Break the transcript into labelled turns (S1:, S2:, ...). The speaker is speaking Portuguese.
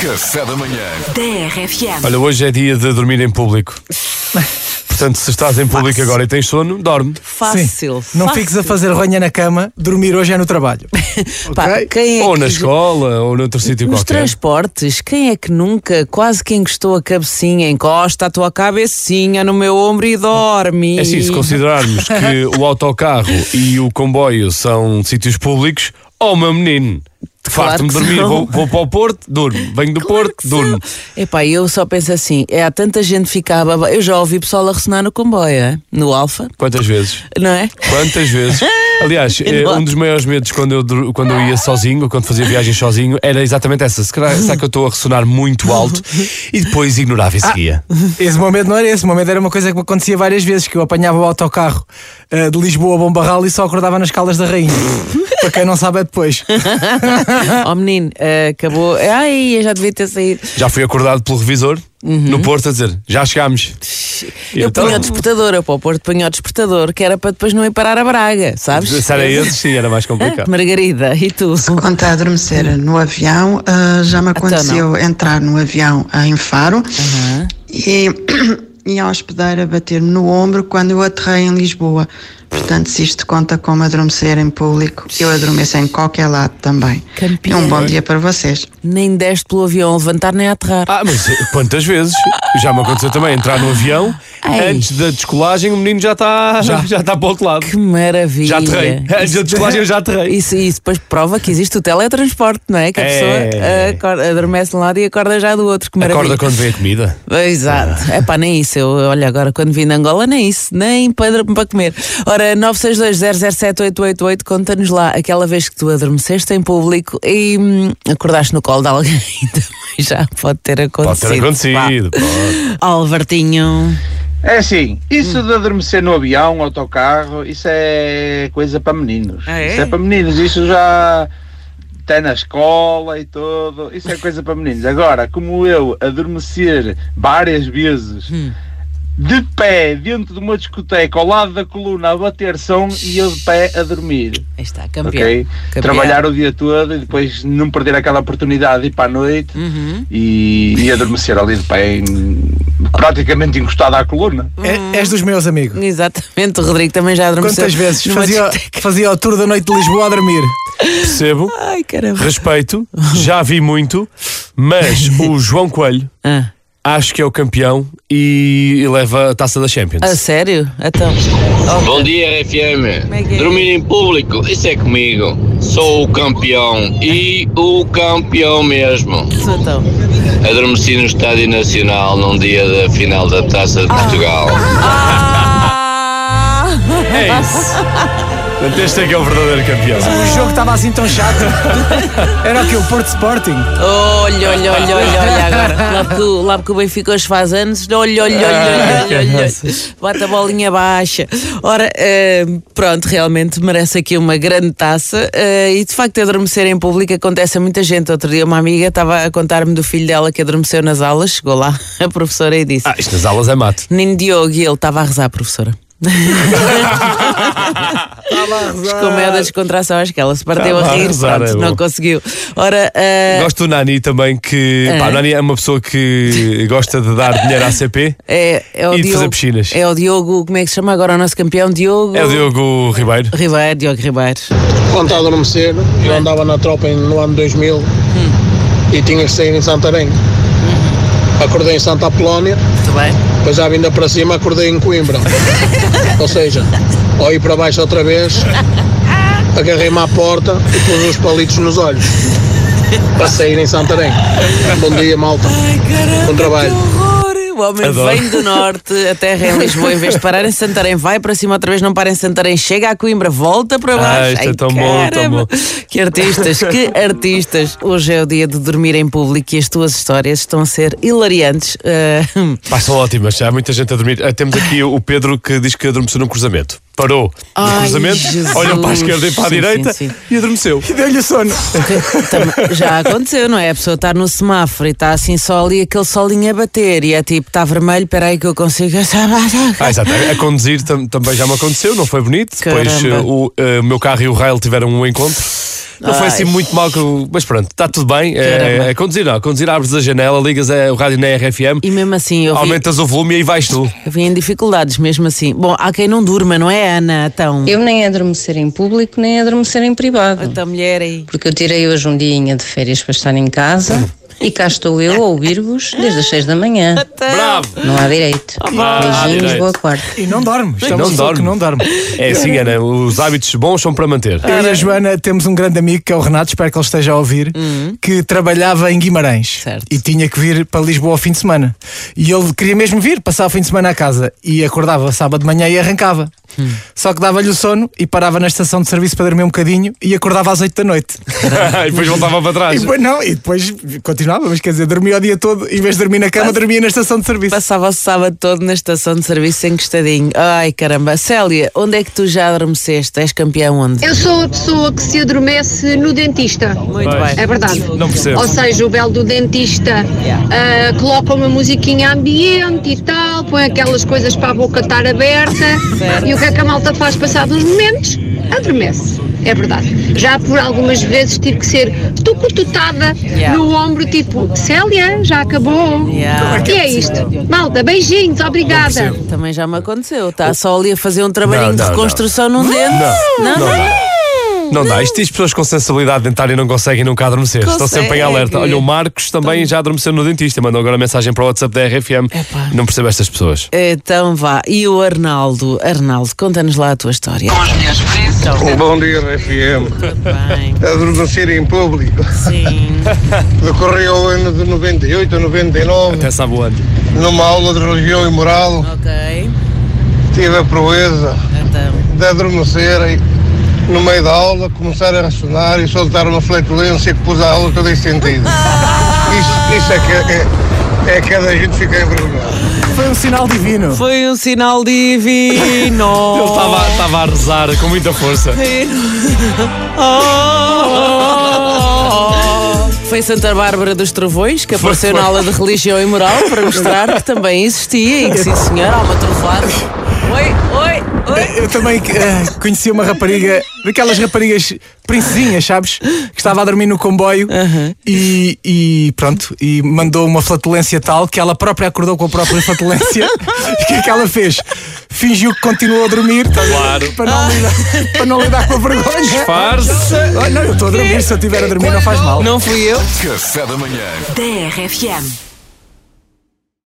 S1: Café da manhã.
S2: TRFM.
S3: Olha, hoje é dia de dormir em público. Portanto, se estás em público agora e tens sono, dorme.
S4: Fácil.
S5: Sim. Não
S4: fácil.
S5: fiques a fazer ronha na cama, dormir hoje é no trabalho.
S4: Pá, quem é
S3: Ou
S4: que-
S3: na escola, ou noutro sítio
S4: Nos
S3: qualquer.
S4: transportes, quem é que nunca quase que encostou a cabecinha, encosta a tua cabecinha no meu ombro e dorme?
S3: É assim, se considerarmos que o autocarro e o comboio são sítios públicos, oh meu menino,
S4: Claro
S3: farto-me de
S4: que
S3: dormir,
S4: são.
S3: vou, vou para o Porto, durmo. Venho do Porto, durmo.
S4: Epá, eu só penso assim, é, há tanta gente que fica a babar. Eu já ouvi pessoal a ressonar no comboio, é? no Alfa,
S3: Quantas vezes?
S4: não é?
S3: Quantas vezes? Aliás, eh, um dos maiores medos quando eu, dur- quando eu ia sozinho, ou quando fazia viagens sozinho, era exatamente essa. Se calhar, será que eu estou a ressonar muito alto? E depois ignorava e
S4: Ah.
S3: seguia.
S5: Esse momento não era esse, o momento era uma coisa que me acontecia várias vezes, que eu apanhava o autocarro eh, de Lisboa a Bombarral e só acordava nas calas da rainha. Para quem não sabe é depois.
S4: oh menino, eh, acabou. Ai, eu já devia ter saído.
S3: Já fui acordado pelo revisor no Porto a dizer: já chegámos.
S4: Uhum. Eu,
S3: Então-
S4: punha o despertador, eu para o Porto punha o despertador, que era para depois não ir parar a Braga, sabes?
S3: Se era esse, sim, era mais complicado.
S4: Margarida, e tu?
S6: Quanto a adormecer no avião, ah, já me
S4: Uhum. Então não. Uhum.
S6: aconteceu entrar no avião ah, em Faro e, e a hospedeira bater-me no ombro quando eu aterrei em Lisboa. Portanto, se isto conta como adormecer em público, eu adormeço em qualquer lado também.
S4: Campeã.
S6: Um bom dia para vocês.
S4: Nem deste pelo avião a levantar nem a aterrar.
S3: Ah, mas eh, quantas vezes? Já me aconteceu também entrar no avião,
S4: Ai.
S3: antes da descolagem, o menino já está já. Já tá para o outro lado.
S4: Que maravilha!
S3: Já aterrei. Antes da descolagem, eu já aterrei.
S4: Isso, isso depois prova que existe o teletransporte, não é? Que a
S3: É.
S4: pessoa acorda- adormece de um lado e acorda já do outro. Que
S3: Acorda
S4: maravilha.
S3: Ah. quando vem a comida.
S4: Exato. É pá, nem isso. Eu, olha, agora quando vim de Angola, nem isso. Nem para, para comer. Ora, 962-007-888, conta-nos lá aquela vez que tu adormeceste em público e hum, acordaste no colo de alguém. Também já pode ter
S3: Pode
S4: acontecido.
S3: ter acontecido.
S4: pá.
S3: pode.
S4: Albertinho.
S7: É assim, isso
S4: Hum.
S7: de adormecer no avião, autocarro, isso é coisa para meninos.
S4: Ah, é?
S7: Isso é para meninos, isso já está na escola e tudo, isso é coisa para meninos. Agora, como eu adormecer várias vezes
S4: Hum.
S7: de pé dentro de uma discoteca ao lado da coluna a bater som e eu de pé a dormir.
S4: Aí está, campeão.
S7: Ok?
S4: Campeão.
S7: Trabalhar o dia todo e depois não perder aquela oportunidade de ir para a noite
S4: Uhum.
S7: e, e adormecer ali de pé, em- praticamente encostado à coluna.
S5: É- és dos meus, amigo.
S4: Exatamente, o Rodrigo também já adormeceu.
S5: Quantas vezes
S4: numa
S5: fazia,
S4: discoteca.
S5: fazia o tour da noite de Lisboa a dormir?
S3: Percebo,
S4: Ai, caramba.
S3: respeito, já vi muito, mas o João Coelho
S4: Ah,
S3: acho que é o campeão e e leva a taça da Champions.
S4: a sério? Então.
S8: Bom dia, RFM.
S4: é que é?
S8: Dormir em público, isso é comigo. Sou o campeão e o campeão mesmo.
S4: Isso então.
S8: Adormeci no Estádio Nacional num dia da final da Taça de Portugal.
S4: Ah!
S3: É isso. Portanto, Este é que é o verdadeiro campeão.
S5: O jogo estava assim tão chato. Era o que? O Porto Sporting?
S4: Olha, olha, olha, olha, olha agora. Lá porque, o- lá porque o Benfica hoje faz anos. Olha, olha, olha,
S5: Ah,
S4: olha, olha, olha. Bota a bolinha baixa. Ora, eh, pronto, realmente merece aqui uma grande taça. eh, e de facto, adormecer em público acontece a muita gente. Outro dia, uma amiga estava a contar-me do filho dela que adormeceu nas aulas. Chegou lá a professora e disse:
S3: Ah, isto nas aulas é mato.
S4: Menino Diogo, e ele estava a rezar, professora. Como é das contrações que ela se partiu
S3: Estava
S4: a
S3: a
S4: rir,
S3: rezar,
S4: pronto,
S3: é bom.
S4: não conseguiu. Ora, eh,
S3: Gosto do Nani também, que. Pá, o Nani é uma pessoa que gosta de dar dinheiro à CP.
S4: É, é o
S3: E de
S4: Diogo,
S3: fazer piscinas.
S4: É o Diogo, como é que se chama agora o nosso campeão? Diogo.
S3: É o Diogo Ribeiro.
S4: Ribeiro, Diogo Ribeiro.
S9: Quanto a adormecer, eu andava na tropa em- no ano 2000
S4: Hum.
S9: e tinha que sair em Santarém. Acordei em Santa Apolónia,
S4: Uhum. Muito bem.
S9: depois já vinda para cima, acordei em Coimbra. ou seja, ou ir para baixo outra vez, agarrei-me à porta e pus uns palitos nos olhos para sair em Santarém. Bom dia, malta.
S4: Ai, caramba,
S9: Bom trabalho.
S4: que horror! O homem
S3: Adoro.
S4: vem do norte, a terra é em Lisboa, em vez de parar em Santarém, vai para cima outra vez, não para em Santarém, chega a Coimbra, volta para baixo.
S3: Ah, isto é tão bom, tão
S4: caramba.
S3: bom.
S4: Que artistas, que artistas. Hoje é o dia de dormir em público e as tuas histórias estão a ser hilariantes. Ah,
S3: Pá, são ótimas, há muita gente a dormir. Ah, Temos aqui o Pedro que diz que adormeceu num cruzamento. Parou no
S4: Ai,
S3: cruzamento,
S4: Jesus.
S3: olhou para a esquerda e para a
S4: Sim,
S3: direita
S4: sim, sim.
S3: e adormeceu.
S5: E deu-lhe o sono.
S4: Que tam- já aconteceu, não é? A pessoa está no semáforo e está assim só ali, aquele solinho a bater e é tipo, está vermelho, espera aí que eu consigo.
S3: Ah, exato. A conduzir tam- também já me aconteceu, não foi bonito. Depois
S4: Caramba.
S3: eh, o eh, meu carro e o rail tiveram um encontro. Não foi
S4: Ai.
S3: assim muito mal que o. Mas pronto, está tudo bem. É, a conduzir, não. A conduzir, abres a janela, ligas eh, o rádio na RFM,
S4: E mesmo assim, eu vi,
S3: aumentas o volume e aí vais tu.
S4: eu vi em dificuldades, mesmo assim. Bom, há quem não durma, não é, Ana? Então,
S1: Eu nem adormecer em público, nem adormecer em privado.
S4: esta mulher aí.
S1: Porque eu tirei hoje um diinha de férias para estar em casa e cá estou eu a ouvir-vos desde as 6 da manhã.
S3: Bravo!
S1: Não há direito.
S3: Ah, há
S1: Beijinhos,
S3: direito.
S1: boa quarta.
S5: E não dorme. Isto é uma
S3: Não
S5: pessoa
S3: dorme.
S5: que não dorme.
S3: É assim, Ana, os hábitos bons são para manter.
S5: Eu e a Joana temos um grande amigo que é o Renato, espero que ele esteja a ouvir, que trabalhava em Guimarães
S4: Certo.
S5: e tinha que vir para Lisboa ao fim de semana. E ele queria mesmo vir, passar o fim de semana à casa e acordava sábado de manhã e arrancava. Só que dava-lhe o sono e parava na estação de serviço para dormir um bocadinho e acordava às 8 da noite.
S4: Ah.
S3: e depois voltava para
S5: E
S3: trás.
S5: depois, não, e depois continuava, mas quer dizer, dormia o dia todo, em vez de dormir na cama, dormia na estação de serviço.
S4: Passava o sábado todo na estação de serviço encostadinho. Ai, caramba. Célia, onde é que tu já adormeceste? És campeã onde?
S2: Eu sou a pessoa que se adormece no dentista.
S4: Muito
S3: Pois.
S2: É
S4: bem.
S2: verdade.
S3: Não percebo.
S2: Ou seja, o belo do dentista ah, coloca uma musiquinha ambiente e tal, põe aquelas coisas para a boca estar aberta. E o que é que a malta faz passado uns momentos? Adormece. É verdade. Já por algumas vezes tive que ser tucututada
S4: Yeah.
S2: no ombro, tipo, Célia, já acabou.
S4: Yeah.
S2: E é isto. Malta, beijinhos, obrigada.
S4: Também já me aconteceu. Está só ali a fazer um trabalhinho
S3: Não, não,
S4: de reconstrução num dente.
S3: Não, não dá. Não dá, isto diz pessoas com sensibilidade dentária não conseguem nunca adormecer. Estão
S4: Consegue.
S3: sempre em alerta. Olha, o Marcos também já adormeceu no dentista. Mandou agora mensagem para o WhatsApp da RFM.
S4: Epá.
S3: Não percebo estas pessoas.
S4: Então vá. E o Arnaldo? Arnaldo, conta-nos lá a tua história.
S9: Um Bom dia, RFM.
S4: Bem,
S9: Adormecer em público.
S4: sim.
S9: Decorreu o ano de 98 ou 99,
S3: Até sabe o ano.
S9: numa aula de religião e moral,
S4: Ok.
S9: tive a proeza
S4: Então.
S9: de adormecer e, no meio da aula, começar a ressonar e soltar uma flatulência que pôs a aula toda em sentido. Isso, isso é que é, é que a gente fica envergonhado.
S5: Foi um sinal divino.
S4: Foi um sinal divino.
S3: Ele estava estava a rezar com muita força.
S4: Foi Santa Bárbara dos Trovões que apareceu na aula de religião e moral para mostrar que também existia e que, sim senhor, há uma trovoada. Oi, oi, oi.
S5: Eu também eh, conheci uma rapariga, daquelas raparigas princesinhas, sabes? Que estava a dormir no comboio e, e pronto, e mandou uma flatulência tal que ela própria acordou com a própria flatulência. e o que é que ela fez? Fingiu que continuou a dormir estás a ver?
S3: Claro.
S5: para, não lidar, para não lidar com a vergonha.
S3: Disfarce.
S5: Ah, não, eu estou a dormir, se eu estiver a dormir não faz mal.
S4: Não fui eu.
S10: Café da manhã.
S11: TRFM.